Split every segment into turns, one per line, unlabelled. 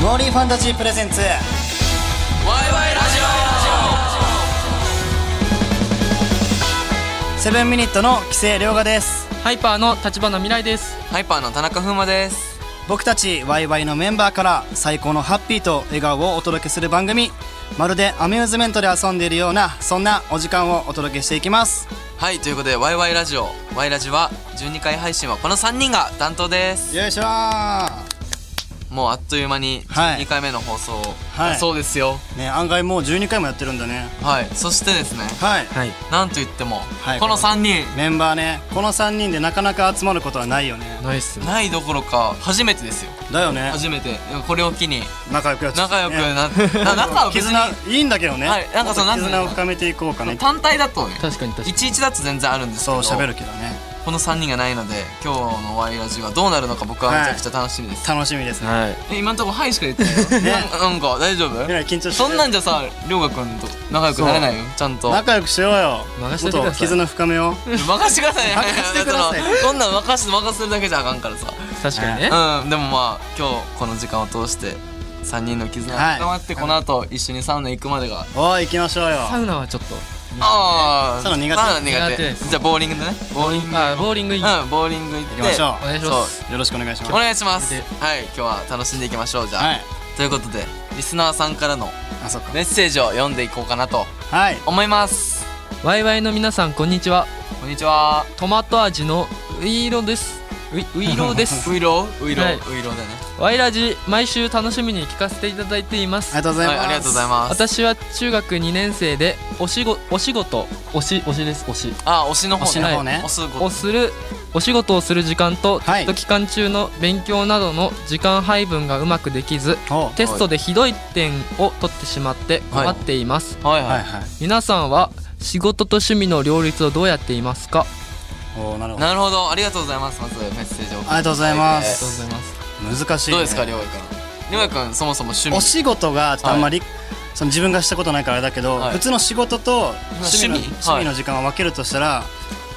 モーリーファンタジープレゼンツ
ワイワイラジ
セブンミニットの規制涼河です
ハイパーの立花未来です。
オハイパーの田中風磨です
僕たちワイワイのメンバーから最高のハッピーと笑顔をお届けする番組まるでアミューズメントで遊んでいるようなそんなお時間をお届けしていきます
はいということでワイワイラジオワイラジは12回配信はこの3人が担当です
よいしょー
もうあっという間に
はい
12回目の放送
はい
だそうですよ
ね案外もう12回もやってるんだね
はいそしてですね
はい
はい。
なんといっても
はい
この3人
メンバーねこの3人でなかなか集まることはないよね
ナイス。
ないどころか初めてですよ
だよね
初めてこれを機に
仲良くやっちゃって
仲良く
ね
なな仲は別に
絆いいんだけどね
はいなんかその
もっと
なんてい
絆
うの
を深めていこうかね
単体だとね
確かに確かに。
11だと全然あるんですけ
そう
ど
喋るけどね
この3人がないので今日のワイラジはどうなるのか僕はめちゃくちゃ楽しみです、
楽しみですね
はい。
え今んとこはいしか言ってないよ
ね
ななんか大丈夫
みんな緊張して
そんなんじゃさ涼河君と仲良くなれないよちゃんと
仲良くしようよ
任せてください
もっと絆深めよう
任してくださいね
任せてください
そんなん任せ任せるだけじゃあかんからさ
確かにね。
うんでもまあ今日この時間を通して3人の絆が深まって、
はい
この後一緒にサウナ行くまでが
おい行きましょうよ
サウナはちょっと。
ああ
サウナ苦手
サウナ苦
苦手
手
です
じゃあボーリングでねボーリング
あ、ボーリングいい。
うんボーリング行って
行きましょ
お願いし
そ
ま
う
す。
うよろしくお願いし
お
ます
願いします
で
はい今日は楽しんでいきましょうじゃあ、
はい
ということでリスナーさんからの
あそっか
メッセージを読んでいこうかなと
はい
思います
ワイワイの皆さんこんにちは。
こんにちは
トマト味のウイロです。ウイウイロです。
ウイロウイロ、
はい
ウイロだね
ワイラジ毎週楽しみに聞かせていただいていま
ありが
す。
とうございます、
はいありがとうございます
私は中学2年生でおしごお仕事おしおしですおし
あ推しの方ね
推しの方ね
推すご
をするお仕事をする時間とテ
はい
スト期間中の勉強などの時間配分がうまくできず
おう
テストでひどい点を取ってしまって困っています、
はいは
はい
い、
はい
皆さんは仕事と趣味の両立をどうやっていますか
おうなるほどあ
なるほどありがとうございますまずメッセージを
りがとうございま
ありがとうご
す
ざいます
難しい、ね、
どうですかりょうやくんりょうやくんそもそも趣味
お仕事がちょっとあんまり、その自分がしたことないからあれだけど、
はい
普通の仕事と趣味の
趣味
趣味の時間を分けるとしたら、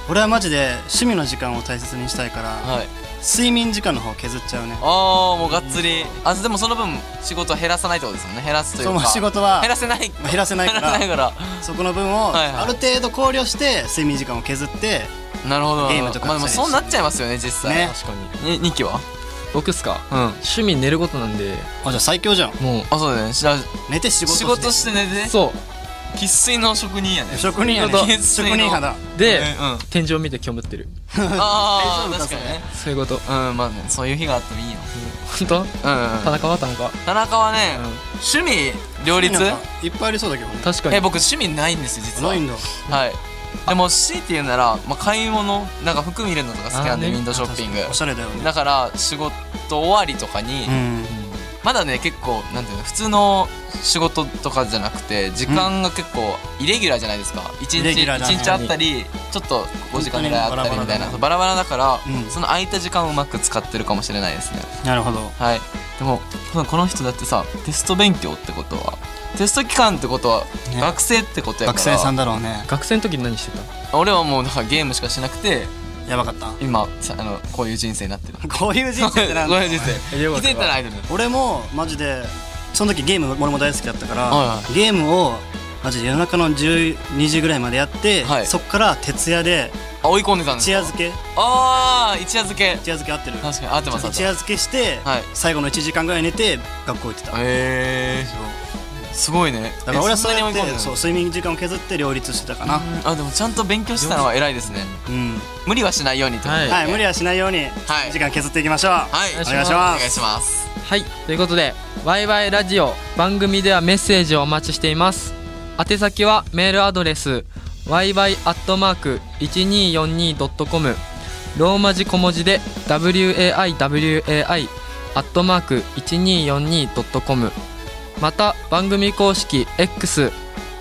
俺はマジで趣味の時間を大切にしたいから、
はい
睡眠時間の方削っちゃうね
ああもうがっつりあでもその分仕事を減らさないってことですもんね減らすとい
そうの
か
仕事 は
減らせない
まあ減らせないから
減らせないから
そこの分を
はいはい
ある程度考慮して睡眠時間を削って
なるほど
ゲームとか
まあでもそうなっちゃいますよね実際
ね
確かに
に二期は
僕っすか
うん
趣味寝ることなんで
あじゃあ最強じゃん
もう
あそうだよねしら
寝て仕事
仕事して寝て
そ
生粋の職人やね
職人やね
仕事
職人肌
うで、
うんうん
天井見て虚無ってる
あ
大丈夫
あ
か
確かにね
そういうこと
うんまあねそういう日があってもいいよ
本当
うん
田中は田中、うん、
田中はね趣味両立
なんかいっぱいありそうだけどね
確か
え
に
僕趣味ないんですよ実は
ないんだ
はいでも強いて言うならまあ買い物なんか服見るのとか好きなんで
あー
ウ
ね
ィンドウショッピング
おしゃれだよね
だから仕事終わりとかに
うん
まだね結構なんていうの普通の仕事とかじゃなくて時間が結構イレギュラーじゃないですか一
イ
日
レギ
一
ュラーだね
日あったりちょっと5時間ぐらいあったりみたいな
本当に
バラバラだから、
うん
その空いた時間をうまく使ってるかもしれないですね
なるほど
はいでも多分この人だってさテスト勉強ってことはテスト期間ってことは
ね
学生ってことや
学
から、
生さんだろうね
学生の時に何してた
俺はもうだからゲームしかしなくて
やばかった
今さあのこういう人生になってる
こういう人生ってなんだ
こういう人生来
え
てたらアイドル
俺もマジでその時ゲーム俺も大好きだったから、
はいは
ゲームをマジで夜中の12時ぐらいまでやって、
はい
そっから徹夜で
あ追い込んでたんです
一
か
夜漬け
ああ一夜漬け
一夜漬け合ってる
確かに合ってます合って
一
ま
夜漬けして、
はい
最後の1時間ぐらい寝て学校行ってた、
すへえ
そう
すごいね
だから俺はそうやっ
えんなに追い込んで
て
る
そう睡眠時間を削って両立してたかな
あでもちゃんと勉強してたのは偉いですね
うん
無理はしないようにってことですね
はい無理はしないように
はい
時間削っていきましょう
はい
お
お
願いし
願
ま
い
す
します
はい、ということで、ワイワイラジオ番組ではメッセージをお待ちしています。宛先はメールアドレス、ワイワイアットマーク一二四二ドットコム。ローマ字小文字で、W. A. I. W. A. I. アットマーク一二四二ドットコム。また、番組公式 X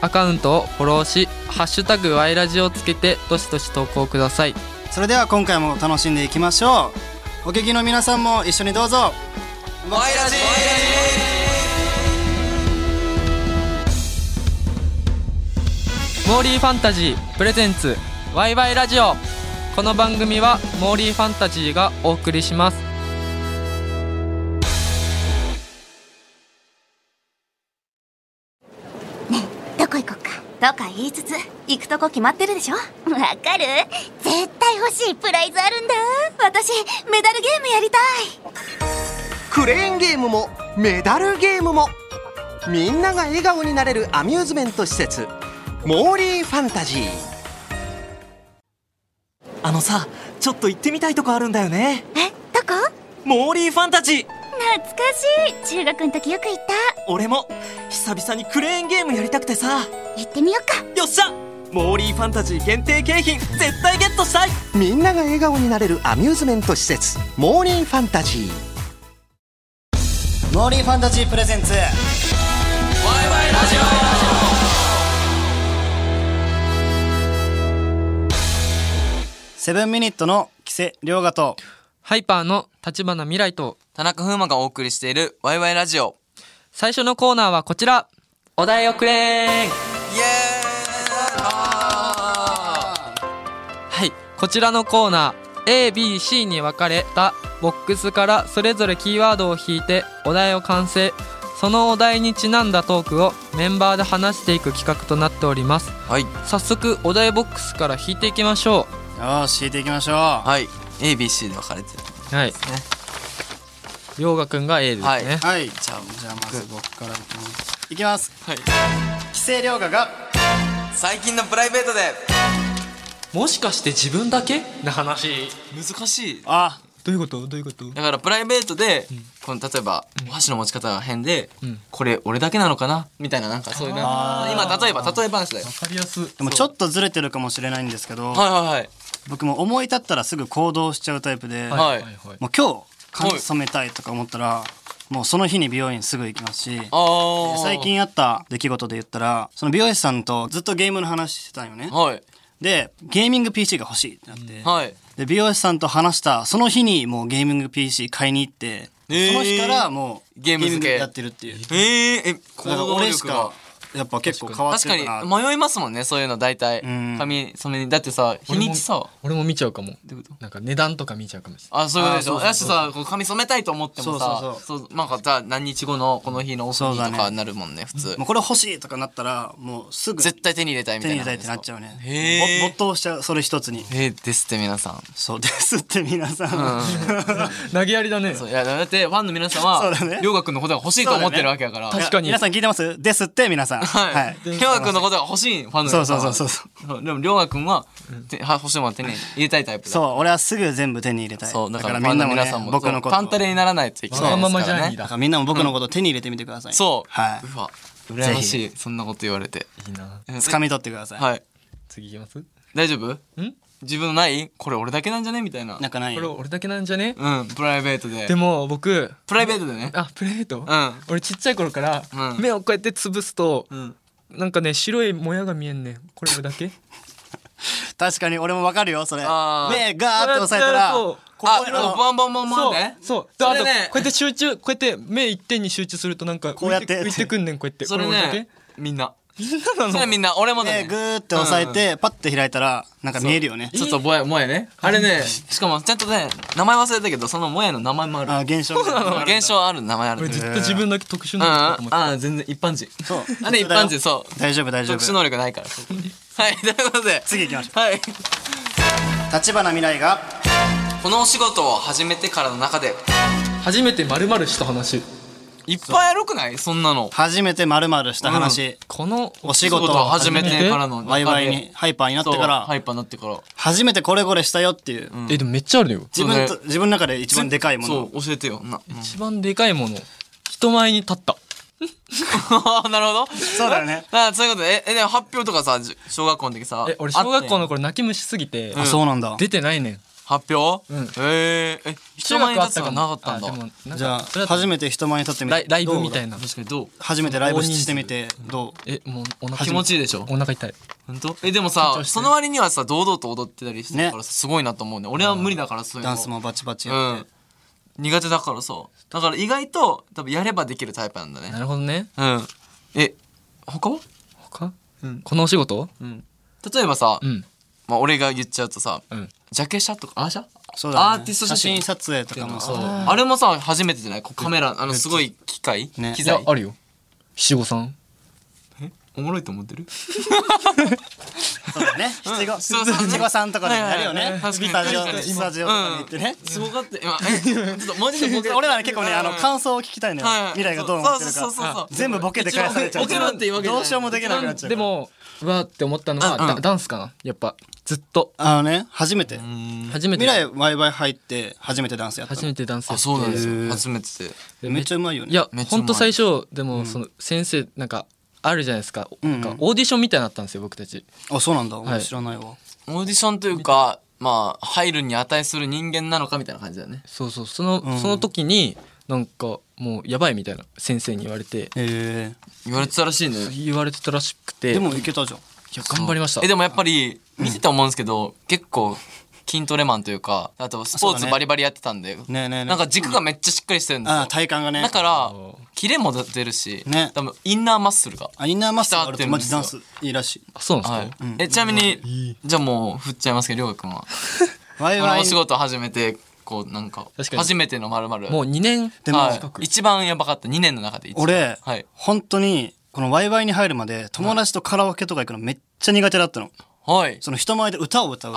アカウントをフォローし、ハッシュタグワイラジをつけて、どしどし投稿ください。
それでは今回も楽しんでいきましょうお聞きの皆さんも一緒にどうぞ
ワイラジ
モーリーファンタジープレゼンツワイワイラジオこの番組はモーリーファンタジーがお送りします
とか言いつつ行くとこ決まってるでしょわかる絶対欲しいプライズあるんだ私メダルゲームやりたい
クレーンゲームもメダルゲームもみんなが笑顔になれるアミューズメント施設モーリーファンタジー
あのさちょっと行ってみたいとこあるんだよね
えどこ
モーリーファンタジー
懐かしい中学の時よく行った
俺も久々にクレーンゲームやりたくてさ
行ってみよっか
よっしゃモーリーファンタジー限定景品絶対ゲットしたい
みんなが笑顔になれるアミューズメント施設モーリーファンタジー
モーリーファンタジープレゼンツセブンミニットの木瀬涼河と
ハイパーの立花未来と
田中風磨がお送りしているワイワイラジオ
最初のコーナーはこちらお題をくれーん
イエーイあ
はいこちらのコーナー ABC に分かれたボックスからそれぞれキーワードを引いてお題を完成そのお題にちなんだトークをメンバーで話していく企画となっております
ーはい
早速お題ボックスから引いていきましょ
よーし引いていきましょうは
はい ABC で分かれてる
うはい涼河くんが A ですね、
はい
い、じゃあじゃあまず僕からいきますいきます
はい
木瀬涼河が
最近のプライベートで
もしかして自分だけな話
難しい
あ
どういうことどういうこと
だからプライベートで、この例えば、お箸の持ち方が変で、
ん
これ俺だけなのかなみたいななんかそういうなんか今例えば例え話だよ
わかりやす
でもちょっとずれてるかもしれないんですけど、
はいはい
僕も思い立ったらすぐ行動しちゃうタイプで、
はいはい
もう今日
は
髪
い
染めたいとか思ったらもうその日に美容院すぐ行きますし
ああ
最近あった出来事で言ったらその美容師さんとずっとゲームの話してたんよね
はい
でゲーミング PC が欲しいってなって、
はい
で美容師さんと話したその日にもうゲーミング PC 買いに行って、
えー
その日からもう
ゲーム付け
ゲやってるっていう
えー、え
だか
行
ら
動
俺し
力が
かやっぱ結構変わっ
確
て
か
る
に
かな
迷いますもんねそういうの大体
うん
髪染めにだってさ日にちさ
俺も見ちゃうかも
どういうこと
なんか値段とか見ちゃうかもしれ
あそういうことでし
あ
ょ
そうそう
だし
そう
さこう髪染めたいと思ってもさ
そ
そうなんかさ何日後のこの日のオフ
そう
に
だ
と
ね
かになるもんね普通
もうこれ欲しいとかなったらもうすぐ
絶対手に入れたいみ
手
た
に
い
入
な
れたいってなっちゃうね
へー
ぼ没頭しちゃうそれ一つに
えー、ですって皆さん
そうですって皆さ ん、
ない投げやりだね
そういやだってファンの皆さん
そう
は
だね
涼河君のことが欲しいと思ってるわけやから
いや
確かに
皆さん聞いてますですって皆さん
は
はい
い涼河君のことが欲しいファンの
そ
皆
う
さ
そ
ん
う
は
そうそうそう
でも涼河君はては欲しいもの手に入れたいタイプだ
そう俺はすぐ全部手に入れたい
そうだから
み
み
ん
ん
な
な
も,、ね、
皆さんも
僕
そう
のこと
パンタレにならないといけないですから、ね、
わがままじゃないん
だ
だ
からみんなも僕のことを手に入れてみてください、
そう、
はいう
わ羨ましいそんなこと言われて
いいな
掴み取ってください、
はい
次いきますん
大丈夫自分のないこれ俺だけなんじゃねみたいな
なんかない
これ俺だけなんじゃね
うんプライベートで
でも僕
プライベートでね
あプレート
うん
俺ちっちゃい頃から
うん
目をこうやって潰すと
ん
なんかね白いもやが見えんねんこれ俺だ け
確かに俺もわかるよそれ
あー
目ガーッと押さえたら
そう
ここ
あ
の
バンバンバンバン
そう
ね
そうで
そ
あ
れ
とこ
ね
うやって集中こうやって目一点に集中するとなんか
こうやって
浮い浮いてくんねんこうやって
それ
こ俺だけ
ねみんな
みんなな
それ
の
みんな俺もだ
目
ね
グーって押さえて、パッて開いたらなんか見えるよね
ちょっともやもやねあれねしかもちゃんとね名前忘れたけどそのもやの名前もある
あー現象みたいなのがあるんだ
現象ある名前あるう
俺
ん
ずっと自分だけ特殊なの
あ
かと思って
あ全然一般人
そう
あれ一般人そう
大丈夫大丈
特殊
夫
能力ないからそこ にはいということで
次行きましょ
はいう
立花未来が
このお仕事を始めてからの中で
初めてまるまるした話
いっぱいあるくないそんなの
初めてまるまるした話、
この
お仕事
を
を
始めてからの
ワイワイにハイパーになって
そう
から
ハイパーになってから
初めてこれこれしたよっていう、
えでもめっちゃあるよ
自分
そ
と
う
自分の中で一番でかいも
そ
の
う教えてよな
一番でかいもの人前に立った
なるほど
そうだよね
あそういうことでええでも発表とかさじ小学校の時さ
え俺小学校
あっ
の頃泣き虫すぎて
あそうなんだ
出てないねん
たよ発表
うん
えええ人前に立つとかなかったんだ
中学あでもなんか
じゃあ
それだと
初めて人前に立ってみ
ラ
て
イライブみ
ど
た
う
いな
確かにどう
初めてライブしてみてどう
えもうお腹
気持ちいいでしょ
お腹痛い
本当えでも
緊
さ
張して
その割にはさ堂々と踊ってたりしてるから
ね
さすごいなと思うね俺は無理だからそういう
ダ
の
ンスもバチバチ
う
やって
ん、苦手だからさだから意外と多分やればできるタイプなんだ
な
ね
るほどね
うんえ他は、
他
うん
このお仕事
うん、例えばさ、
うん
まあ、俺が言っちゃうとさ、
うん
ジャケ写とかあじゃ
そうだね
アーティスト写真
写撮影とかもそう
あれもさ初めてじゃないこうカメラあのすごい機械、
ね
機
いや
材
あるよ七五三
おもろいと思ってる
そうだね七五
そうそう
七五三とかでなるよ
はいはい
ね
はい
スタジオ
確かに
スタジオとかに行ってね
すごかった 今えちょっともうちょっと僕
俺らね結構ねあの
うん
感想を聞きたいのよ
はいはい
未来がどう思ってる
そうそうそうそう
か全部ボケで返されちゃう
一応ボケろって言うわけじゃない
どうしようもできなくなっちゃう
でもうわーって思ったのは、
うんうん
ダダンスかなやっぱずっと
あのね初めて
初めて
未来ワイワイ入って初めてダンスやったの
初めてダンスや
あ
って
そうなんですよ初めてで
で
めっちゃうまいよね
いや
めっちゃうまい
ほんと最初でもその先生なんかあるじゃないですか,、
うんうん
なんかオーディションみたいなのあったんですよ僕たち
あそうなんだ
は
俺
い
知らないわ
オーディションというかまあ入るに値する人間なのかみたいな感じだよね
そうそうその,、その時になんかもうやばいみたいな先生に言われて
へ
言われてたらしいね
言われてたらしくて
えでもいけたじゃん
いや頑張りました
えでもやっぱり見てて思うんですけど結構筋トレマンというかあとスポー
そうだ
ツ
ね
バリバリやってたんで
ねえねえねえ
なんか軸がめっちゃしっかりしてるんです
あ
よ
体感がね
だからキレも出るし
ね
多分インナーマッスルが
あインナーマッスルあると
鍛わ
マ
って
ジ
る
ダ
ん
ン
です
ス
よ
いいらしい
そうなん
は
ですか、
いえちなみにじゃあもう振っちゃいますけどりょうくんは
ワイ
この
ワ
お
イ
仕事始めてこうなんか
確かに
初めてのまるまる
もう2年
でも
一番やばかった2年の中で一番
俺
はい
本当にこのワイワイに入るまで友達とカラオケとか行くのめっちゃ苦手だったの
はい
その人前で歌を歌う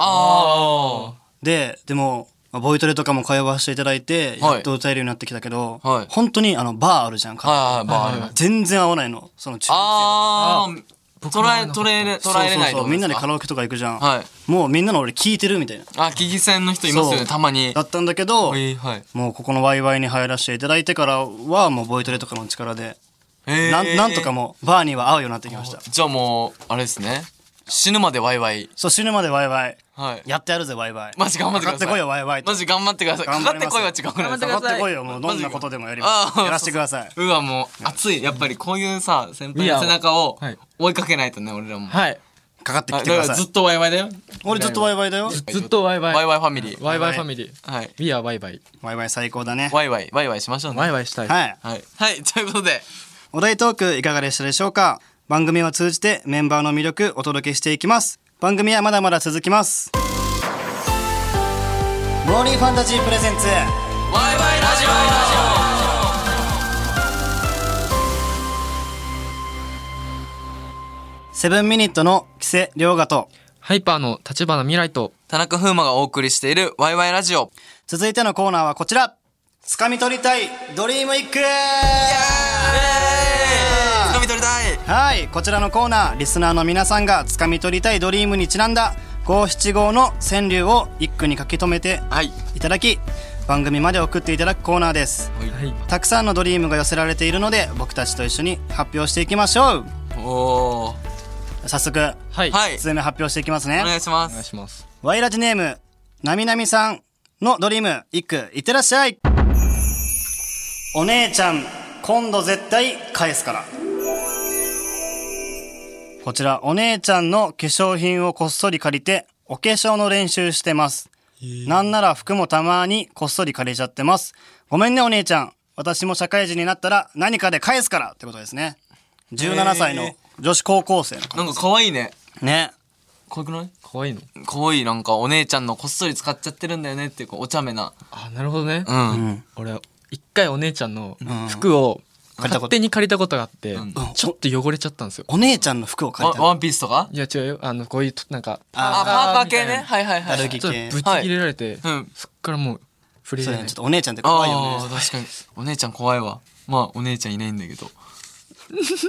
あ
ででもまあボイトレとかも通わせていただいて
はい
やっと歌えるようになってきたけど、
はい
本当にあのバーあるじゃん
あ
か、
はいはいまああります
全然合わないのその中
あー捉え捉えれ捉え
そ
れない
うそうそうみんなでカ
オケ
ラオケとか行くじゃん、
はい
もうみんなの俺聞いてるみたいな
あ危機戦の人いますよ
そ
ね
う
たまに
だったんだけど、
はいはい
もうここのワイワイに入らせていただいてからはもうボイトレとかの力で、
えー
なんなんとかもうバーには合うようになってきました
じゃあもうあれですね死ぬまでワイワイ
そう死ぬまでワイワイ
はい
やってやるぜワイワイ
マジ頑張ってくださ
か
い
かってこいよワイワイと
マジ頑張ってくださいか
頑
か
張
っ
り
て
ます
こいは違うく
か
ない
かってこいよもうどんなことでもやります
あー
やらせてくださいう
わもう熱いやっぱりこういうさ先輩の背中を
はい
追いかけないとね俺らもあ
はい
かかって
だ
き
か
てくだ
ら
さ
ずっ
い
とワイワイだよ
俺ずっとワイワイだよ
ずっとワイワイ
ワイワイファミリー
ワイワイファミリー
はい
「We are ワイワイ
ワイワイ最高だね
ワイワイワイワイしましょう」ね
ワイワイしたい
はい
はいはいということで
お題トークいかがでしたでしょうか番組を通じてメンバーの魅力お届けしていきます番組はまだまだ続きますモーリーファンタジープレゼンツ
ワイワイラジオ
セブンミニットの木瀬涼河と
ハイパーの立花未来と
田中風磨がお送りしているワイワイラジオ
続いてのコーナーはこちら掴み取りたいドリームイック
掴み取りたい
はいこちらのコーナーリスナーの皆さんが掴み取りたいドリームにちなんだ五七五の川柳を一句に書き留めて
はい
いただき番組まで送っていただくコーナーです
はい
たくさんのドリームが寄せられているので僕たちと一緒に発表していきましょう
おー
早速
はい
は
お
い
1通目発表していきますね、
お願いしま
願
す
いします
ワイラジネームなみなみさんのドリーム一句いってらっしゃいお姉ちゃん今度絶対返すからこちらお姉ちゃんの化粧品をこっそり借りてお化粧の練習してますなんなら服もたまにこっそり借りちゃってますごめんねお姉ちゃん私も社会人になったら何かで返すからってことですね17歳の女子高校生の方
なんか可愛いね
ね
可愛くない
可愛いの
可愛いなんかお姉ちゃんのこっそり使っちゃってるんだよねっていうこうお茶目な
あなるほどね
うん、
俺一回お姉ちゃんの服を
借りたこと
勝手に借りたことがあって
ん
ちょっと汚れちゃったんですよ
お姉ちゃんの服を借
ワ
りた
ワンピースとか
いや違うよあのこういうとなんか
あパーカー系
みたい
ね
な
はいはいはい
だる
ち
ぎ
ょっとぶち切れられて
はいうん
そっからもう触れ
そ
ら
うだ
れな
ね
い
ちょっとお姉ちゃんって怖いよ
ああ
ね
確かにお姉ちゃん怖いわまあお姉ちゃんいないんだけど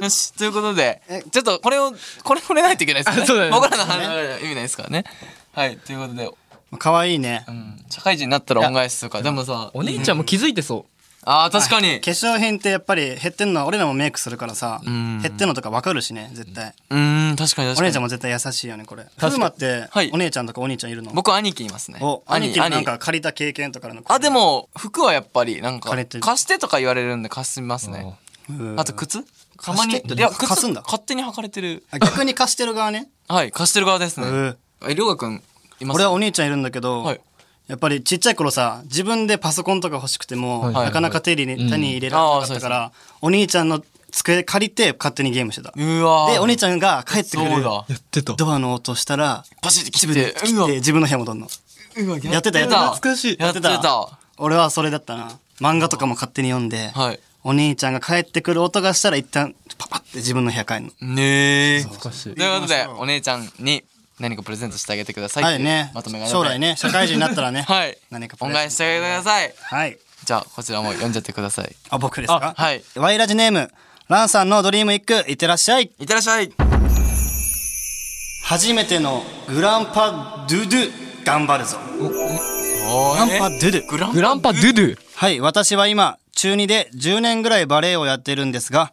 よしということでちょっとこれをこれ触れないといけないですよね
あそうだね
僕らの話は意味ないですからねはいということで、
可愛いね
うん、社会人になったら恩返しするからでもさ
お姉ちゃんも気づいてそう
ああ確かに
化粧品ってやっぱり減ってんのは俺らもメイクするからさ
ん
減ってんのとか分かるしね絶対
うーん確かに確
お
かに
姉ちゃんも絶対優しいよねこれ
かに
風磨って
はい
お姉ちゃんとかお兄ちゃんいるの
僕兄貴いますね
お兄貴のなんか借りた経験とかあるの
あでも服はやっぱりなんか
借りて
貸してとか言われるんで貸しますね
うん
あと靴たまに
貸してって
いや
貸すんだ
勝手に履かれてる
あ逆に貸してる側ね
はい貸してる側ですね
うん
えりょうがくんいます
俺はお兄ちゃんいるんだけ
は
ど
い
やっぱりちっちゃい頃さ自分でパソコンとか欲しくても
はい
なかなか手に入れ手に入れられなかったからお兄ちゃんの机借りて勝手にゲームしてた
うわー
でお兄ちゃんが帰ってくる
そうだ
やってた
ドアの音したら
パシッて切
自
っ
分
て
で切って自分の部屋戻んの
うわ
やってたやってた
やってた
やってた俺はそれだったな漫画とかも勝手に読んで、
はい
お姉ちゃんが帰ってくる音がしたら一旦パパって自分の部屋帰るの。
ねえ。
難しい
ということで、お姉ちゃんに何かプレゼントしてあげてください。
はいね
まとめが。
将来。ね、社会人になったらね。
はい。
何かプ
恩
レゼン
返
ト
ししてあげてください。
はい。
じゃあ、こちらも読んじゃってください。
あ、僕ですか
あはい。
ワイラジネーム、ランさんのドリームイック、いってらっしゃい。
いってらっしゃい。
初めてのグランパドゥドゥ、頑張るぞ。
お
グランパドゥドゥ。
グラン
グランパドゥドゥ
はい、私は今、中2で10年ぐらいバレエをやってるんですが、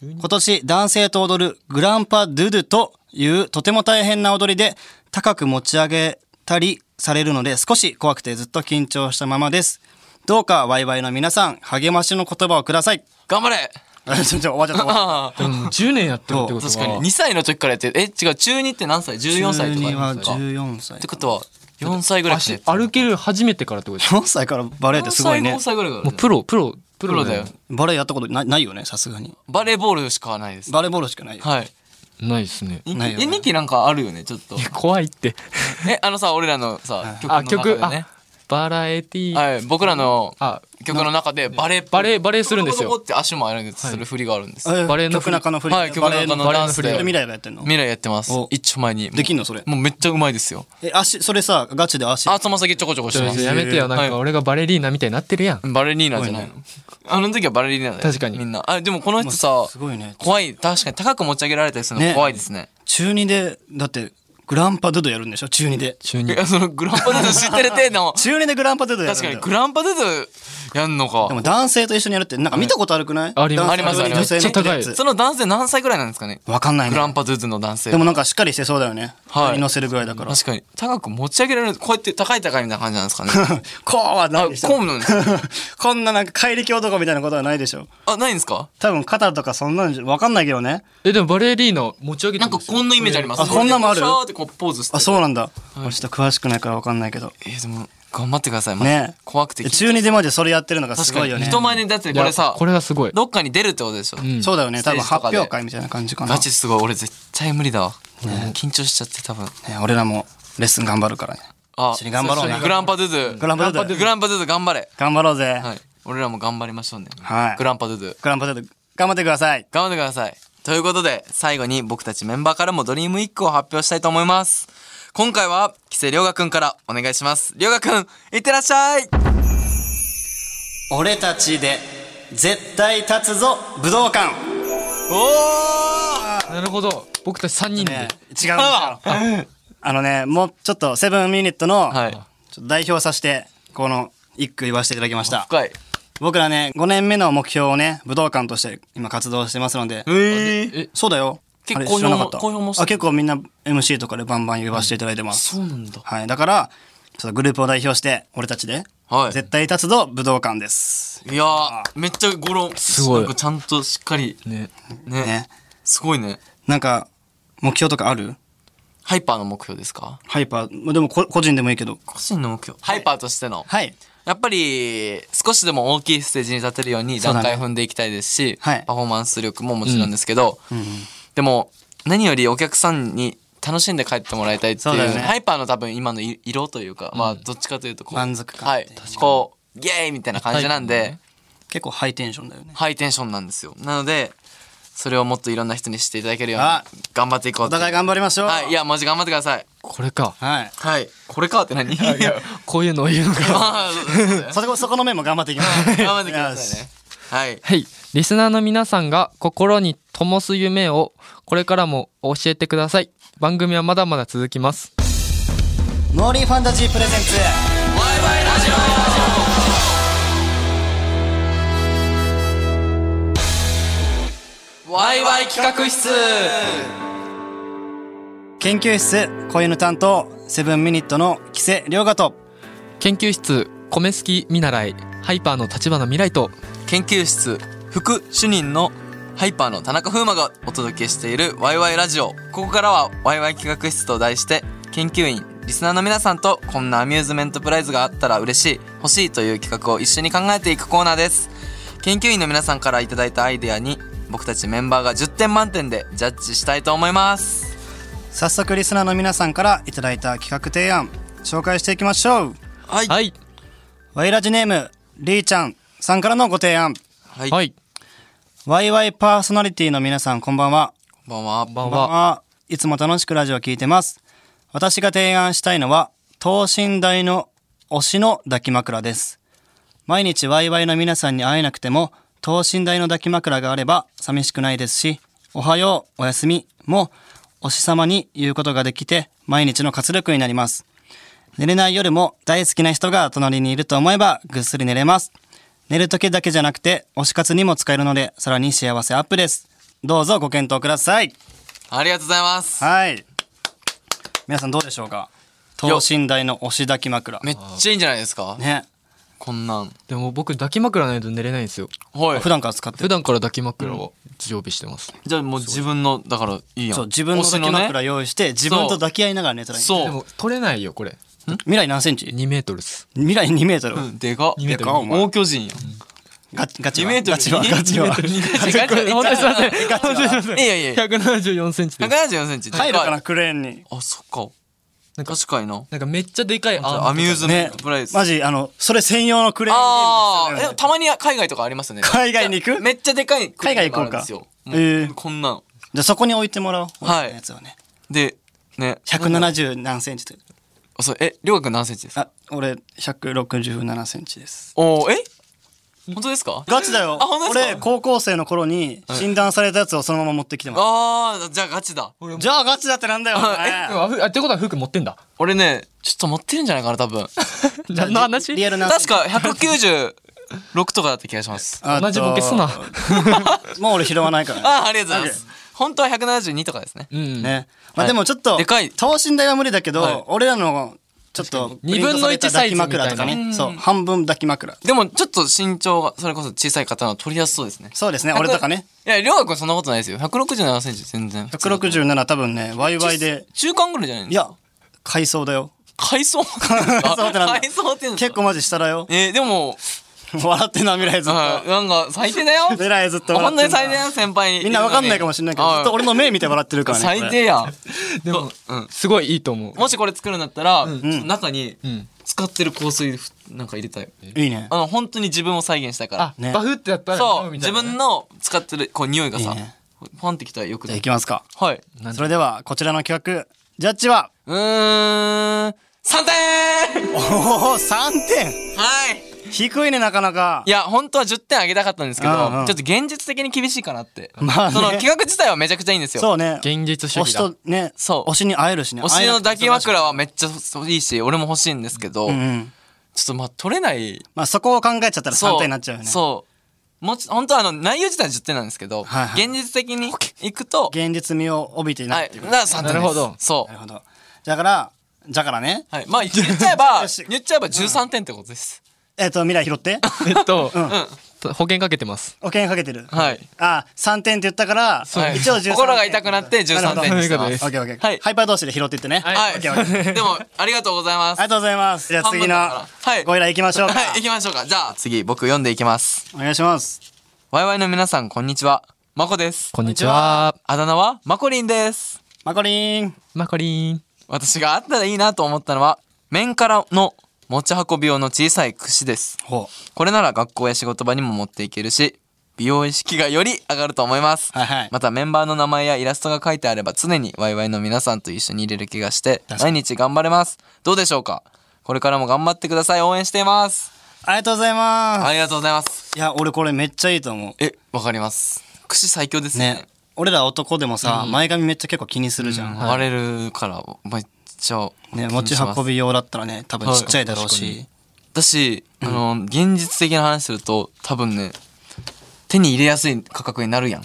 今年男性と踊るグランパドゥドゥというとても大変な踊りで高く持ち上げたりされるので少し怖くてずっと緊張したままです。どうかワイワイの皆さん、励ましの言葉をください。
頑張れ
あちょ、ちょ、終わっちゃった終わっ
ああ
でも10年やってるってこと
確かに
は
2歳の時からやってえ違う中2って何歳
た。
14歳と
中
か
二は
ですかっ
14歳
て。ことは4歳ぐらいです
足
ね
歩ける初めてからってことでしょ
4歳からバレエってすごいね
4歳5。歳ぐらいから
もうプロプロプ
プロだよ
バレエやったことなないよね、さすがに。
バレーボールしかないです
バレーボールしかないよ。
はい
ないですね
人気
ないよね
え人気なんかあるよねちょっ と
怖いって
えあのさ俺らのさ曲
あ
の中
曲
でね
あバラエティ
はい僕らの
あ
曲の中でバレー
バレーバレーするんですよ
ボコボコボコって足もあるんですする振りがあるんです
え
バレエの
曲
振り
中の振り。
はい曲の中の
バレエ
ダンスで
それ未来がやってんの
未来やってます
お
一丁前に
できんのそれ
もうめっちゃうまいですよ
え、足、それさ、ガチで足。
あつま先ちょこちょこし
ち
て
ょ
ま
ちょ
す
やめてよなん
はい
か俺がバレリーナみたいになってるやん
バレリーナじゃないのあの時はバレリーナだよ
確かに
みんなあでもこの人さ
すごいね
怖い確かに高く持ち上げられたりするの
ね
怖いですね
中二でだってグランパドゥドゥやるんでしょ中二で
中
い
二
やそのグランパデド知ってる程度の
中二でグランパドゥドゥやるんだ
確かに
よ
グランパデドやんの
で
か
も男性と一緒にやるってなんか見たことあるくない、
あります
ありますあります
男性と女性の
めっちゃ高い
その男性何歳ぐらいなんですかね
わかんない
グラン
ね
パドゥドゥの男性
でもなんかしっかりしてそうだよね、
はい
上に乗せるぐらいだから
確かに高く持ち上げられるこうやって高い高いみたいな感じなんですかね
こうはな
あ
いでしょ
こうなんです
こんななんか怪力男みたいなことはないでしょ
あないんですか
多分肩とかそんなんじゃわかんないけどね
えでもバレリーナ持ち上げて
なん
る
か
ですよ
こんなイメージあります
あこんなもある
シャーってこうポーズして
あそうなんだ、俺ちょっと詳しくないからわかんないけど
えーでも頑張ってくださいマジで
ね
怖くて
え中二でまでそれやってるのがす
確
ご
か
いよ
に
ね
人前にだって
いや
これさ
これがすごい
どっかに出るってことでしょ、
ん
そうだよね多分
ステー
発
ジとかで
表会みたいな感じかな
ガチすごい俺絶対無理だわ、緊張しちゃって多分
ね俺らもレッスン頑張るからね
あ
一緒に頑張ろうね
グランパドゥドゥ
グランパドゥドゥ
グランパドゥドゥ頑張れ、
頑張ろうぜ、
はい、俺らも頑張りましょうね、
はい
グランパドゥドゥ
グランパドゥドゥ頑張ってください
頑張ってくださいということで最後に僕たちメンバーからもドリームイックを発表したいと思います今回は木瀬涼河くんからお願いします涼河くんいってらっしゃい
俺たちで絶対立つぞ武道館
お
なるほど僕たち3人
ね
で
違うんですよあのねもうちょっとセブンミニットの、
おはい
ちょっと代表させてこの一句言わせていただきました
深い
僕らね5年目の目標をね武道館として今活動してますので
ええ
そうだよ
結構
あれ知らなかった
公表も公表もして
あ結構みんな MC とかでバンバン言わせていただいてます、
そうなんだ
はいだからちょっとグループを代表して俺たちで、
はい
絶対立つぞ武道館です
いやーめっちゃゴロす
ごい
ちゃんとしっかり
ね
ね
ね
すごいね
なんか目標とかある
ハイパーの目標ですか
ハイパーでもこ個人でもいいけど
個人の目標ハイパーとしての、
はい
やっぱり少しでも大きいステージに立てるように
そうだ
段
ね
階踏んでいきたいですし、
はい
パフォーマンス力ももちろんですけど、でも何よりお客さんに楽しんで帰ってもらいたいってい
そう
う
だよね
ハイパーの多分今のい色というか、まあどっちかというとこう
満足感
はい
確
こうイエーイみたいな感じなんで、
結構ハイテンションだよね
ハイテンションなんですよなのでそれをもっといろんな人にしていただけるように
あ
頑張っていこう
お互い頑張りましょう
はいいやマジ頑張ってください
これか
はい
はいこれかって何
こういうのを言うのか
あーそうですね
そこそこの面も頑張っていきま
頑
す。
張ってください
よし
ね。はい。
はい。リスナーの皆さんが心に灯す夢をこれからも教えてください。番組はまだまだ続きます。
モーリーファンタジープレゼンツ。
ワイワイ企画室
研究室、子犬担当、セブンミニットの木瀬良賀と。
研究室、米好き見習い、ハイパーの立花未来と、
研究室副主任のハイパーの田中風磨がお届けしているワイワイラジオ。ここからはワイワイ企画室と題して研究員、リスナーの皆さんとこんなアミューズメントプライズがあったら嬉しい、欲しいという企画を一緒に考えていくコーナーです。研究員の皆さんからいただいたアイデアに僕たちメンバーが10点満点でジャッジしたいと思います。
早速リスナーの皆さんからいただいた企画提案、紹介していきましょう。
はい。
はい。
ワイラジネーム、りーちゃんさんからのご提案。
はい。こ
は
ん
い。
ワイワイパーソナリティの皆さんこんばんは。
ばんは。
ばん
こんばん
は。
はいつも楽しくラジオ聞いてます。私が提案したいのは、等身大の推しの抱き枕です。毎日ワイワイの皆さんに会えなくても、等身大の抱き枕があれば寂しくないですし、おはよう、おやすみも、推し様に言うことができて、毎日の活力になります。寝れない夜も大好きな人が隣にいると思えばぐっすり寝れます。寝る時だけじゃなくて、推し活にも使えるので、さらに幸せアップです。どうぞご検討ください。
ありがとうございます。
はい。皆さんどうでしょうか等身大の押し抱き枕。
めっちゃいいんじゃないですか
ね。
こんなん。
でも僕抱き枕ないと寝れないんですよ。
はい。
普段から使って
普
る。
段から抱き枕を常備してますね。
じゃあもう自分の、だからいいやん。
そう、自分の抱き
推し
枕
ね
用意して、自分と抱き合いながら寝たらいい。
そ
で
う。
も取れないよこれ。
未来何センチ
2メートルです。
未来2メートル
う。ん、でか。
2メートル
でかお前
大巨人やん。
ガチ、ガチ
2
は。
メートル
ガチは、ガチは。
ガチ
本当にすいません。
ガチ
本当にすいま
は。
せん。
いやいやいや
174センチです。
174センチ。でかい
入るかな、クレーンに。
あ、そっか。
なんか
確かにな。
なんかめっちゃでかいア
アミューズメン
ね
トプライ。ズ。
マジ、あの、それ専用のクレーン
あ
ゲームですよ
あ、
ね
えたまに海外とかありますよね。
海外に行く
めっちゃでかい国
海外行こう
があるん
か
ですよ。
え
もう
ー
こんなん。
じゃあそこに置いてもらおう。
はい
俺のやつをね。
で、ね。
170何センチと。
あそうえ、りょうがくん何センチですか
あ、俺、167センチです。
おーえ本当ですか
ガチだよ
あ本当ですか
俺高校生の頃に診断されたやつをそのまま持ってきてま
ああ、じゃあガチだ。
すじゃあガチだってなんだよお前
あ、ふあってことは服持ってんだ。
俺ね、ちょっと持ってるんじゃないかな、多分。
何の話
リアルな
確か196とかだった気が します。
あと
同じボケすな。
もう俺拾わないからね
ああ、ありがとうございます。本当は172とかですね。
うん。
ねま
は
あ
い
でもちょっと
でかい
等身大は無理だけ
はい
ど俺らのちょっと
二分の一サイズみたいな
抱き枕とかねそう半分抱き枕
でもちょっと身長がそれこそ小さい方の取りやすそうですね。
そうですね俺とかね
いや、りょうがくんそんなことないですよ。167センチ全然。
167多分ねワイワイで
中間ぐらいじゃないん
い
ですか
や海藻だよ
海藻
海藻ってなんだ
海藻って言うんです
結
か
構マジ下だよ
えー、でも、
笑ってな未来ずっ
あー
と
なんか最低だ よ。
未来ずっと
ほん
笑
の
っ
に
て
最低
る
だよ、先輩に。
みんなわかんないかもしれないけど
あー
ずっと俺の目見て笑ってるからね
最低やん。
でも、
うん。
すごいいいと思う。
もしこれ作るんだったら、
ん
ちょっと中に
うん
使ってる香水ふなんか入れたい。
これいいね
あの、本当に自分を再現したいから
あ。、
ね
バフってやったら、
そう、
み
自
たいな
分
ね
の使ってるこう匂いがさ
いいね、
パンってきたらよく
じゃあ
ない
行きますか
はい。
それではこちらの企画ジャッジは
うーん、3点
おお3点
はい。
低いねなかなか
いや、本当は10点あげたかったんですけど、ちょ
うんう
っ
ん
と現実的に厳しいかなって。
まあね
その企画自体はめちゃくちゃいいんですよ。
そうね
現実
推
主義
し
だ。
とね
そう
推しに会えるしね
推しの抱き
会えなくても
枕はめっちゃいいし、俺も欲しいんですけど、
うんうん
ちょっとまあ取れない。
まあそこを考えちゃったら
そ
3
う。
点になっちゃうよね
そう。もち、本当はあの、内容自体は10点なんですけど、
はいはい
現実的に行くと、
現実味を帯びていな
はい
っ
い、
てい
だ
う
か
こと
ら3点です。
なるほど
そ
な
う
る。ほどだからだからね
はい。まあ、言っちゃえば
よし、
言っちゃえば13点ってことです。
えっと未来拾って
えっと、保険かけてます。
お金かけてる
はい。
あ3点って言ったから
はい
一応13点
心が痛くなって13点にして
な
ま
る
す。
オッケーオッケ
は
ー
い
ハイパー同士で拾ってってね
はい
は
オ
い。
ッケーオッケー
でも、ありがとうございます。
あ
は
りがとうございますじゃあ次の
半分だからはい
ご依頼行きましょうか
い、行きましょうか。じゃあ、次、僕読んでいきます。
お願いします
ワイワイの皆さん、こんにちは。まこです。
こんにちは。
あだ名は、まこりんです。
マコリン
マコリン。
私があったらいいなと思ったのは、面からの持ち運び用の小さい櫛です。
ほ
これなら学校や仕事場にも持っていけるし、美容意識がより上がると思います。
はいはい
またメンバーの名前やイラストが書いてあれば常にワイワイの皆さんと一緒に入れる気がして、
確か
毎日頑張れます。どうでしょうかこれからも頑張ってください。応援しています。
ありがとうございます
ありがとうございます。
いや俺これめっちゃいいと思
え、わかります。櫛最強です
う
ね。
ね俺ら男でもさ前髪めっちゃ結構気にするじゃん
割れるから、めっちゃ。
ね持ち運び用だったらね多分ちっちゃいだろうし
だし、あの、現実的な話すると、多分ね、手に入れやすい価格になるやん。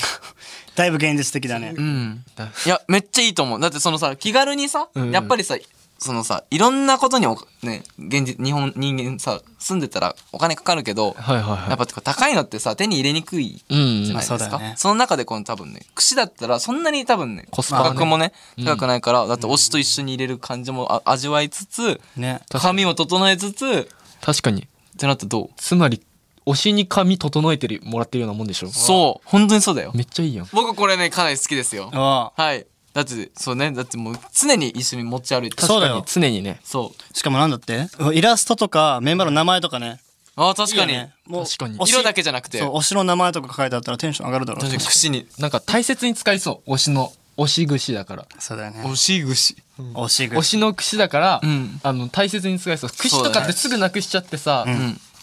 だいぶ現実的だね
うん。いや、めっちゃいいと思う。だってそのさ、気軽にさ、
うん
やっぱりさ、そのさ、いろんなことにお、ね、現実、日本、人間さ、住んでたらお金かかるけど、
はいはい
やっ
は
ぱ高いのってさ、手に入れにくい
い。うん
じゃ。
まあ
ないですか。
そう
そ
だよね
の中でこの多分ね、櫛だったらそんなに多分ね、
コスパ
価
はね
格もね、高くないから、だって推しと一緒に入れる感じもあ味わいつつ、
ね
髪を整えつつ、
確かに。
ってなってどう
つまり、推しに髪整えてるもらってるようなもんでしょ。
そう本当にそうだよ
めっちゃいいやん。
僕これねかなり好きですよ
ああ
はいだってそうねだってもう常に一緒に持ち歩いて
そうだよ
確かに常にね。
そう
しかもなんだってイラストとかメンバーの名前とかね
ああ、確か
い
に。
いよねもう
確かに
推し
色だけじゃなくて。
そう、推しの名前とか書いてあったらテンション上がるだろう
確かに、串に。
なんか大切に使いそう推しの推し串だから
そうだよね
おし串。
推しぐ
推しの串だから、
うん
あの大切に使いそう串と
そう
か
だ
っ
ね
てすぐなくしちゃってさ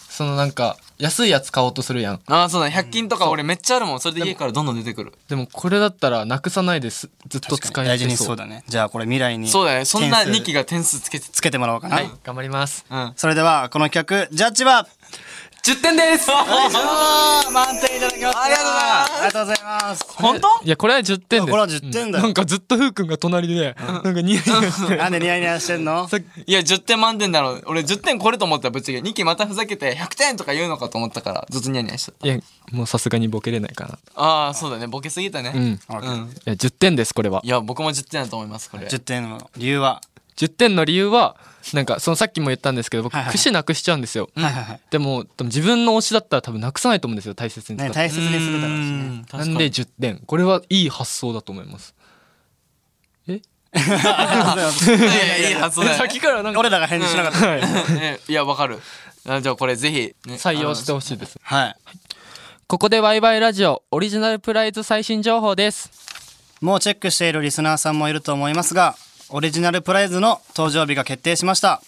そ,、
ん
のなんか安いやつ買おうとするやん
ああ、そうだね。100均とか俺めっちゃあるもん。それで家からどんどん出てくる。
でもこれだったらなくさないですずっと使え
大事
て
にそうだねじゃあこれ未来に
そうだね。そんな
点数
ニキが点数つけてつ
つけてもらおうかな、
はい
頑張ります
うん。
それではこの企画ジャッジは
10点です
満点いただきました
ありがとうございます
ありがとうございます
本当
いやこれは10点
こ
です
れは10点だよ
うんなんかずっとふうくんが隣で、なんかニヤニヤ して
なんでニヤニヤしてんの
さっき
いや、10点満点だろう。俺10点これと思ったらぶっちゃけ。ニキまたふざけて100点とか言うのかと思ったから、ずっとニヤニヤしちゃっ
いやもうさすがにボケれないか
た。ああ、そうだね。ボケすぎたね。
なうんい
オッケ
う
ー
ん。
や10点ですこれはい
や、僕も10点だと思います、これ。
10点の理由は
10点の理由はなんかそのさっきも言ったんですけど僕、
はいはい
串なくしちゃうんですよ、
はいはいはい
でもでも自分の推しだったら多分なくさないと思うんですよ大切に使
ね
って、
大切にするだろうし
う
ね
ん確
な
かに
んで10点これはいい発想だと思います
いやいやいい発想だよね、
からなん
俺らが返事しなかった、
はい
ねいやわかるあじゃあこれぜひ、ね
採用してほしいです
はい
ここでワイワイラジオオリジナルプライズ最新情報です
もうチェックしているリスナーさんもいると思いますが、オリジナルプライズの登場日が決定しました。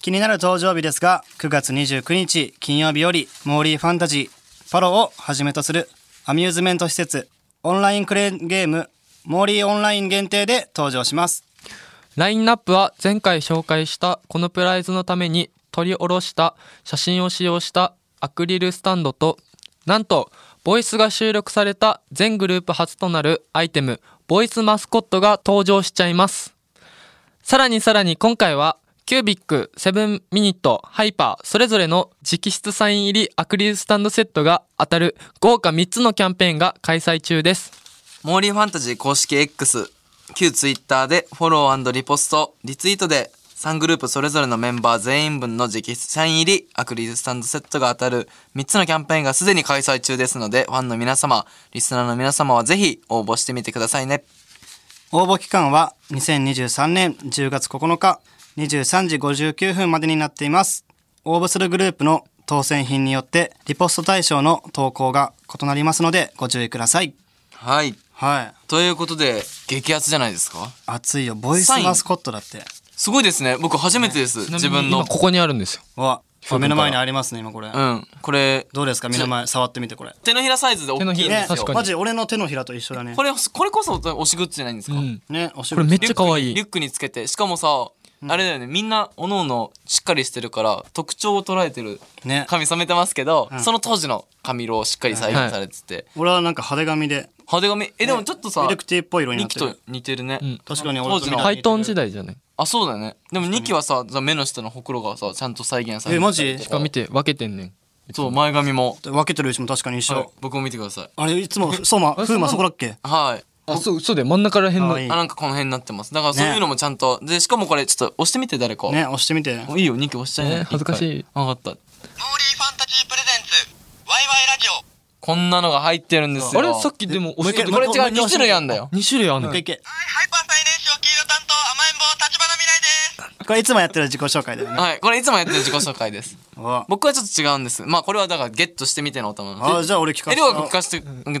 気になる登場日ですが、9月29日金曜日より、モーリーファンタジー、パロをはじめとするアミューズメント施設、オンラインクレーンゲーム、モーリーオンライン限定で登場します。
ラインナップは前回紹介したこのプライズのために撮り下ろした写真を使用したアクリルスタンドとなんとボイスが収録された全グループ初となるアイテムボイスマスコットが登場しちゃいますさらにさらに今回はキュービック、セブンミニット、ハイパーそれぞれの直筆サイン入りアクリルスタンドセットが当たる豪華3つのキャンペーンが開催中です
モーリーファンタジー公式 X 旧 Twitter でフォローリポストリツイートで3グループそれぞれのメンバー全員分の直筆サイン入りアクリルスタンドセットが当たる3つのキャンペーンがすでに開催中ですのでファンの皆様リスナーの皆様はぜひ応募してみてくださいね
応募期間は2023年10月9日23時59分までになっています応募するグループの当選品によってリポスト対象の投稿が異なりますのでご注意ください
はい
はい
ということで激アツじゃないですか
熱いよボイス
サイン
マスコットだって
すごいですね僕初めてです、自分の
今ここにあるんですよ
わあ目の前にありますね今これ、
うんこれ
どうですか目の前触ってみてこれ
手のひらサイズで大きいんで
ね
すよ
確かに
マジ俺の手のひらと一緒だね
これこれこそ推しグッズじゃないんですか、
うん
ねお仕
これ
事
めっちゃ可愛い
リュックにリュックにつけてしかもさ、あれだよねみんなおのおのしっかりしてるから特徴を捉えてる
ね
髪染めてますけど、その当時の髪色をしっかり再現されてて、
俺はなんか派手髪で
派手髪えでもちょっとさ、
ミルクティーっぽい色にな
ニ
っ
キ
てる
と似てるね、
ん
確かに俺
当時
と
の
見
ハ
た
イトーン時代じゃない
あそうだよねでもニキはさ目の下のほくろがさちゃんと再現されて
えマジ
しかも見て分けてんねん
そう前髪も、
分けてるしも確かに一
はい
緒、
僕も見てください
あれいつもそうま
あ
風磨そこだっけ
はい
あそうそうだよ真ん中らへん
の
の
あいい
あなんかこの辺になってますだからそういうのもちゃんと、でしかもこれちょっと押してみて誰か、
ね押してみて
おいいよニキ押しちゃいな
え
よ
ー恥ずかしい
一回わかった
モーリーファンタジープレゼンツワイワイラジオ
こんなのが入ってるんですよ
あれさっきで
も
も
う
押
一
して
回
た
こ
も
れ違う
う一回
2種類あんだよ
2種類ある
もう
の
一回いけ
はいハイパー最年少黄色担当甘えん坊立花未来です
これいつもやってる自己紹介だよね。
はいこれいつもやってる自己紹介です
あ
僕はちょっと違うんですまあこれはだからゲットしてみてのおと思います
あ、じゃあ俺聞か
え
せて。
りょうが聞かせて
7ミニットグリーン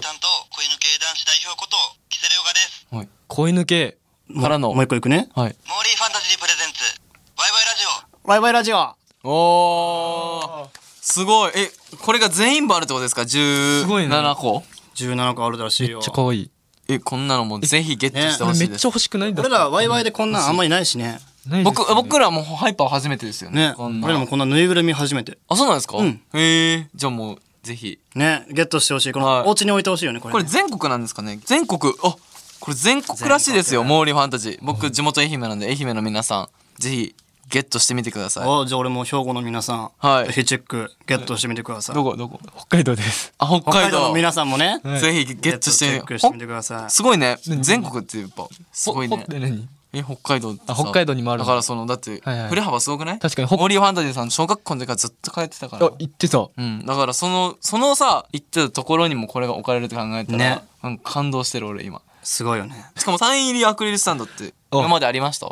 担当子犬系男子代表ことキセレオガです
はい
声抜け
もう
からの
もう一個いくね。
はい
モーリーファンタジープレゼンツワイワイラジオ
ワイワイラジオ。あ
おーすごいえこれが全員分あるってことですか
すごいね
17個
17個あるらしい
め
よ
っち。ゃ可愛い
えこんなのもぜひゲットして
こ
ほ
れ
し
め
い
っちゃ
です
欲しくないんだ
俺らワイワイでこんなんあんまりないしね。
ないです
僕
よね
僕らもうハイパー初めてですよね
ね。
こんな
俺らもこんなぬいぐるみ初めて。
あそうなんですか、
うん
へえじゃあもうぜひ
ね、ゲットしてほしい。こ
はい
のお家に置いてほしいよね、これ
これ
ね。
全国なんですかね全国あこれ全国らしいですよモーリーファンタジー僕地元愛媛なんで愛媛の皆さんぜひゲットしてみてください
あじゃあ俺も兵庫の皆さん、
はい
ぜひチェックゲットしてみてください。
こどこ
北海道です
あ北
北
海
海道
道
の皆さんもね、
ぜひゲットしてみ
チェ
よ
ッ
う
クしてみてください。
すごいね全国ってやっぱすごい
ほ
ね
ほって何
え北海道ってさ
あ北海道にもある
だ
の
からそのだって
はいはい
振れ幅すごくない
確かにほ
モーリーファンタジーさん小学校の時からずっと通ってたか
あ
ら
言ってた
うんだからそのそのさ行ってたところにもこれが置かれるって考えたら
ね
うん感動してる俺今
すごいよね。
しかもサイン入りアクリルスタンドって
あ
今までありました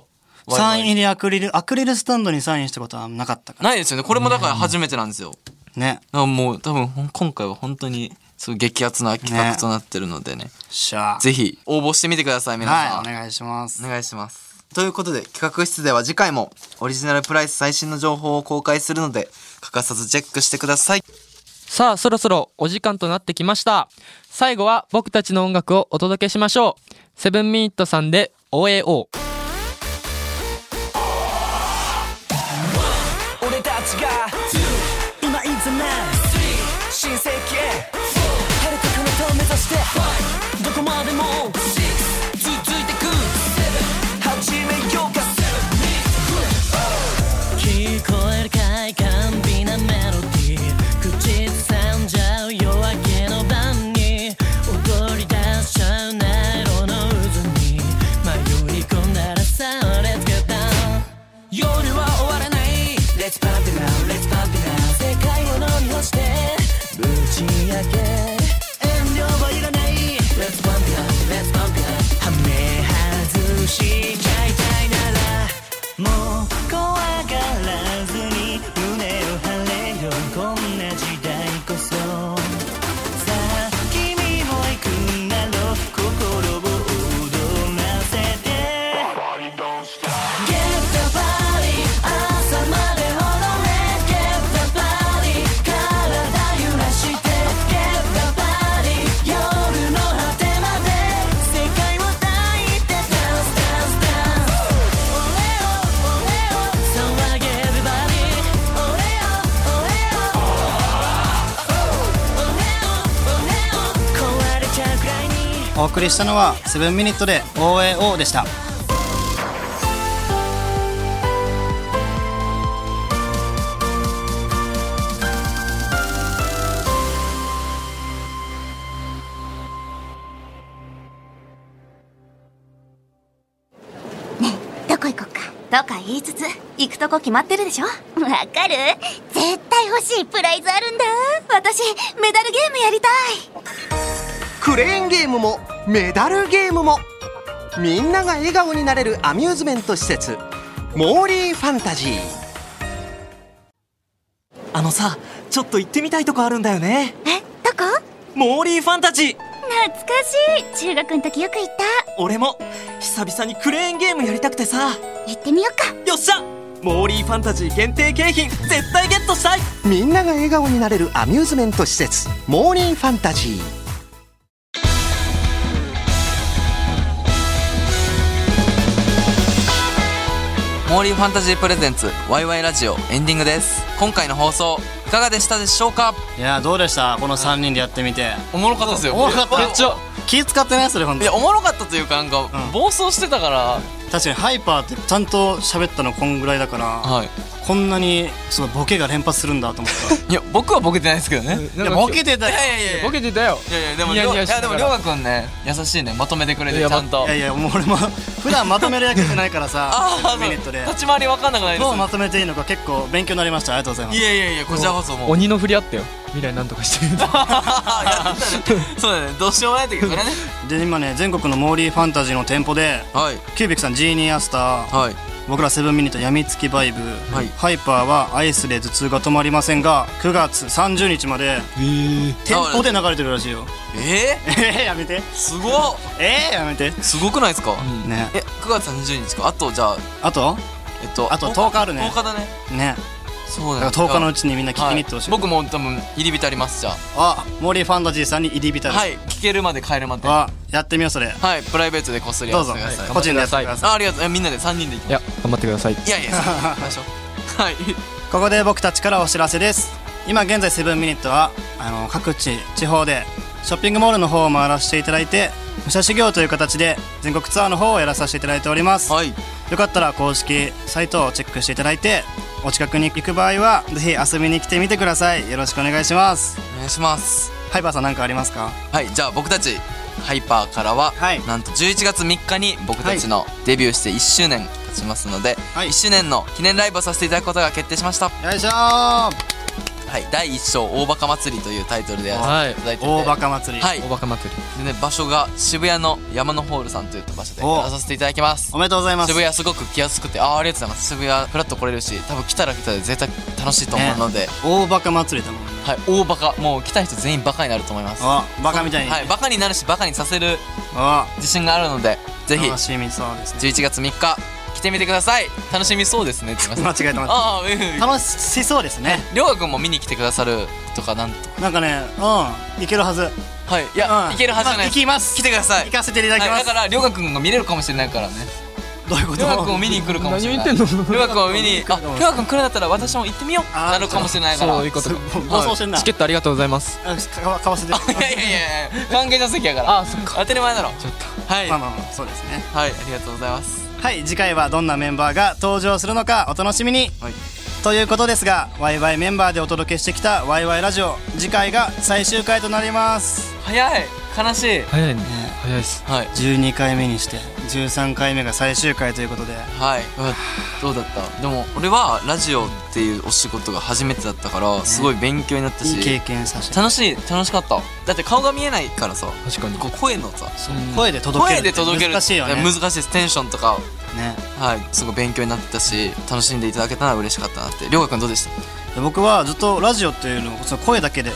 サイン入
り。
りアクリル、アクリルスタンドにサインしたことはなかったか
ないですよね。これもだから初めてなんですよ。
ら。ね。
だからもう多分ほん今回は本当にそう激アツな企画となってるのでね。
しゃあ。
ぜひ応募してみてください、皆さん。
はい、お願いします。
お願いします。ということで、企画室では次回もオリジナルプライス最新の情報を公開するので、欠かさずチェックしてください。
さあそろそろお時間となってきました最後は僕たちの音楽をお届けしましょうセブンミニットさんで OAO
俺たちが今いざな新世紀へ遥か彼方を目指してどこまでも続いてく始めようか
聞こえるかい甘美なメロディー口ずさんじゃう夜明けの晩に踊り出しちゃうナイロの渦に迷い込んだらさ Let's get down
夜は終わらない Let's party now, let's party now
世界を飲み干してぶち上げ遠慮はいらない Let's bump it up, let's bump it up はめ外しちゃいたいならもう怖がらずに胸を張れよこんな時代こそさあ君も行くなろ心を踊らせて Get the body 朝まで踊れ Get the body 体揺らして Get the body 夜の果てまで世界を抱いて Dance dance dance オレオオレオ So I get everybody オレオオレオオレオオレオ壊れちゃうくらいに
お送りしたのは、セブンミニットで OAO でした。
どこ行こっかとか言いつつ行くとこ決まってるでしょわかる絶対欲しいプライズあるんだ私メダルゲームやりたい
クレーンゲームもメダルゲームもみんなが笑顔になれるアミューズメント施設モーリーファンタジー
あのさちょっと行ってみたいとこあるんだよね
えどこ
モーリーファンタジー
懐かしい中学の時よく行っ
俺も久々にクレーンゲームやりたくてさ
た行ってみようか
よっしゃモーリーファンタジー限定景品絶対ゲットしたい
みんなが笑顔になれるアミューズメント施設モーリーファンタジー
モーリーファンタジープレゼンツ、ワイワイラジオエンディングです。今回の放送、いかがでしたでしょうか
いやー、どうでしたこの3人でやってみて。
おもろかったですよ。
おもろかった
めっちゃ。
気使ってないそれ、ほん
い
と
や、おもろかったというか、なんか、
ん
暴走してたから、
確かに、ハイパーってちゃんと喋ったのこんぐらいだから、
はい。
こんなに、そのボケが連発するんだと思っ
いや、僕はボ ケてないですけどね。い
た。いや、ボケてた
やい
よ。
やいやいや。
ボケてたよ
いやいや、でも、
ニヤニヤ
い
しな
や、
が
でも、
ら
りょうがくんね、優しいね。まとめてくれて、
い
ち
や
ゃんと。
いやいや、もう俺も、 普段まとめる役じゃないからさ、
ああ、
ミニットで。
立ち回りわかんなくないです
どう
よ。
まとめていいのか結構勉強になりました。ありがとうございま
い
す。
やいやいや、こちらこそもう。
鬼の振りあったよ未来なんとかしてる
やってたね。 そうだね。どうしようもない時だからね。
で、今ね、全国のモーリーファンタジーの店舗で、
はい。
キュービックさん、ジーニーアスター、
はい。
僕らセブンミニット、やみつきバイブ、
はい
ハイパーはアイスで頭痛が止まりませんが、9月30日まで、店舗で流れてるらしいよ。
え
えー、やめて。
ー、すごっ
えー、やめて。
すごくないですか、
ね。
え、9月30日か。あと、じゃあ、
あと
えっと、
あと10日あるね
10日だね。
ね。
そうだね。
だから10日のうちにみんな聞きに行ってほしい。
はい僕も多分、入り浸ります、じゃ
あ、モーリーファンタジーさんに入り浸
あ。
る。
はい。聞けるまで帰るまで。
あ、
は
やってみよう、それ。
い。プライベートでこっそりや
ど
ら
う
せ
ぞ
てください。。
個人でやってください。
あ、ありがとう。いやみんなで3人で行き
いや頑張ってください
い やいや、行きましょう。はい。
ここで僕たちからお知らせです今現在セブンミニットはあの各地地方でショッピングモールの方を回らせていただいて武者修行という形で全国ツアーの方をやらさせていただいております、
はい。
よかったら公式サイトをチェックしていただいてお近くに行く場合はぜひ遊びに来てみてくださいよろしくお願いします
お願いします。
ハイバーさん何かありますか
はい。じゃあ、僕たち、ハイパーからは、
はい
なんと11月3日に僕たちのデビューして1周年経ちますので、
はい
1周年の記念ライブをさせていただくことが決定しました。は
よいしょー
い。はい、第1章大バカ祭りというタイトルでやら
は
せ
い
ていただいてて
大バカ祭り。
はい
おバカ祭り
でね場所が渋谷の山のホールさんという場所でや
お
らさせていただきます
おめでとうございます。
渋谷すごく来やすくてあーありがとうございます渋谷フラッと来れるし多分来たら来たで絶対楽しいと思うので、
大バカ祭りだもんね。
はい大バカもう来た人全員バカになると思いますは
あ、バカみたいに。
いバカになるしバカにさせる
あ、
自信があるのでぜひ
楽しみそうですね。
11月3日来てみてください楽しみそうですねって言い
間
ま
違
し
えた間違えた。
た ああうんり
楽しそうですね。
ょうがくんも見に来てくださるとかなんとか
なんかね、うん、いけるはず。うん。
はいいや、いけるはずじゃ
まあ
ない
行きます。
来てください
行かせていただき
は
ま
い、だ
す
か。らりょうがくんが見れるかもしれないからね
どういうこ
りょうがくんを
と
見に来るかもしれない
何を言ってんの
りょうがくんを見にありょうがくん来るんだったら私も行ってみよう
あー
なるかもしれないから
そういうことか
暴走してんな
チケットありがとうございます
あかかわせて。
いやいやいやいや関係者席やから
あそっか
当たり前だろ
ちょっと
はい
まあ
はい
まあまあ、そうですね。
ありがとうございます
はい、次回はどんなメンバーが登場するのかお楽しみに。
はい
ということですが、ワイワイメンバーでお届けしてきたワイワイラジオ、次回が最終回となります。
早い悲しい
早いね早いです
はい
12回目にして13回目が最終回ということで
はい、うわどうだったでも俺はラジオっていうお仕事が初めてだったからすごい勉強になったし、
いい経験させて
楽しい楽しかっただって顔が見えないからさ
確かに
こう声のさ
声で届ける
声で届ける
難しいよね
難しいですテンションとか
ね
はいすごい勉強になったし楽しんでいただけたのは嬉しかったなってりょうがくんどうでした
で僕はずっとラジオっていうのをその声だけで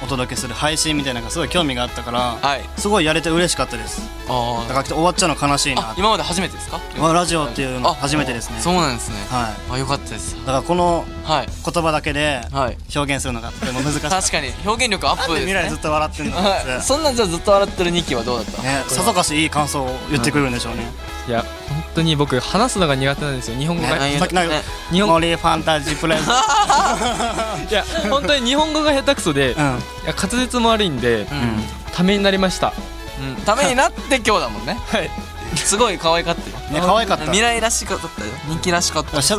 お届けする配信みたいなのがすごい興味があったから、
はい
すごいやれて嬉しかったです
あ
だ
ー
から終わっちゃうの悲しいな
あ今まで初めてですか
まあラジオっていうの
あ
初めてですね
そうなんですね
はい
あよかったです
だからこの
はい
言葉だけで
はい
表現するのがとても難しかった
確かに表現力アップです
未来ず
ね
っと笑ってんの
はいそんなんじゃずっと笑ってるニキはどうだった
ね、さぞかしいい感想を言ってくるんでしょうね。
いや本当に僕話すのが苦手なんですよ日本語が、
ね
さっきなんか
ね、
日本
モリーファンタジープレイ ズ。
いや本当に日本語が下手くそで、
う
い
ん。
や滑舌も悪いんで、
うん
ためになりました
うん、ためになって今日 だもんね
はい
すごい可愛かったよ
ね、可愛かった。
未来らしかったよ人気らしかった
しゃ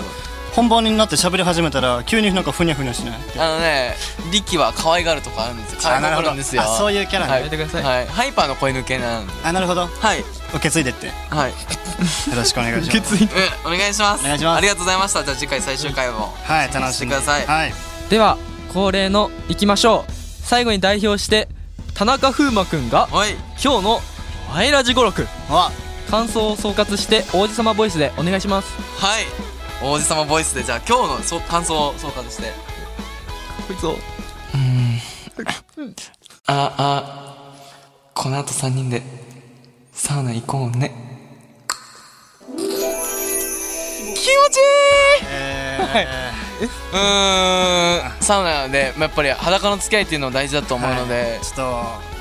本番になって喋り始めたら急になんかふにゃふにゃしない
あのね力は可愛がるとかあるんですよ可愛がるんですよ
あそういうキャラね、
はい
やめてください、
はいハイパーの声抜けなんで
あなるほど
はい
受け継いでってよ
はい
ろしくお願いします
うんお願いします
お願いします
ありがとうございましたじゃあ次回最終回も
はい楽しんで
してください
はい
では恒例のいきましょう最後に代表して田中風磨くんが
はい
今日の「ワイラジ語録
わ」
感想を総括して王子様ボイスでお願いします
はい王子様ボイスでじゃあ今日のそう感想を総括して
こいつを
ああこの後3人でサウナ行こうねうーんサウナなので、まあ、やっぱり裸の付き合いっていうのも大事だと思うので、
ちょっ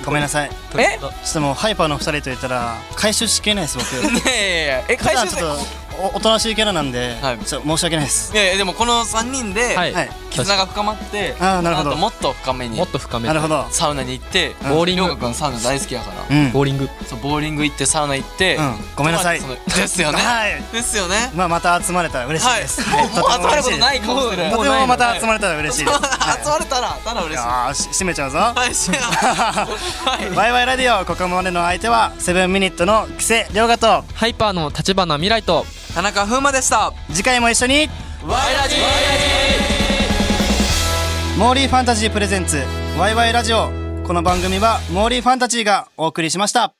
とごめんなさいち
えい
ょっともうハイパーの二人と言ったら回収しきれないです僕
やいやいやえ
普
回
段
収
ち
せい
ょっとおおとなしいキャラなんで、
はい
ちょっと申し訳ないです
やいやでもこの3人で、
はい、
はい
絆が深まって
あーなるほど
ともっと深めに
もっと深め
なるほど
サウナに行って
うん
ボーリング
涼くんサウナ大好きだから、
うん
ボーリング
そうボーリング行ってサウナ行って、
うんごめんなさい
そのですよね、
はい
ですよね
まあまた集まれたら嬉しい
はい
です、
もうもう集まることないいかもしれない
と
もう
て
ない
も
の
また集まれたら嬉しいです、はい
集まれたらただ嬉しい
よーし閉めちゃうぞ
はい しはい
ワイワイラディオここまでの相手はセブンミニットの木瀬涼河と
ハイパーの立花未来と
田中風磨でした
次回も一緒に
ワイラジ
モーリーファンタジープレゼンツワイワイラジオこの番組はモーリーファンタジーがお送りしました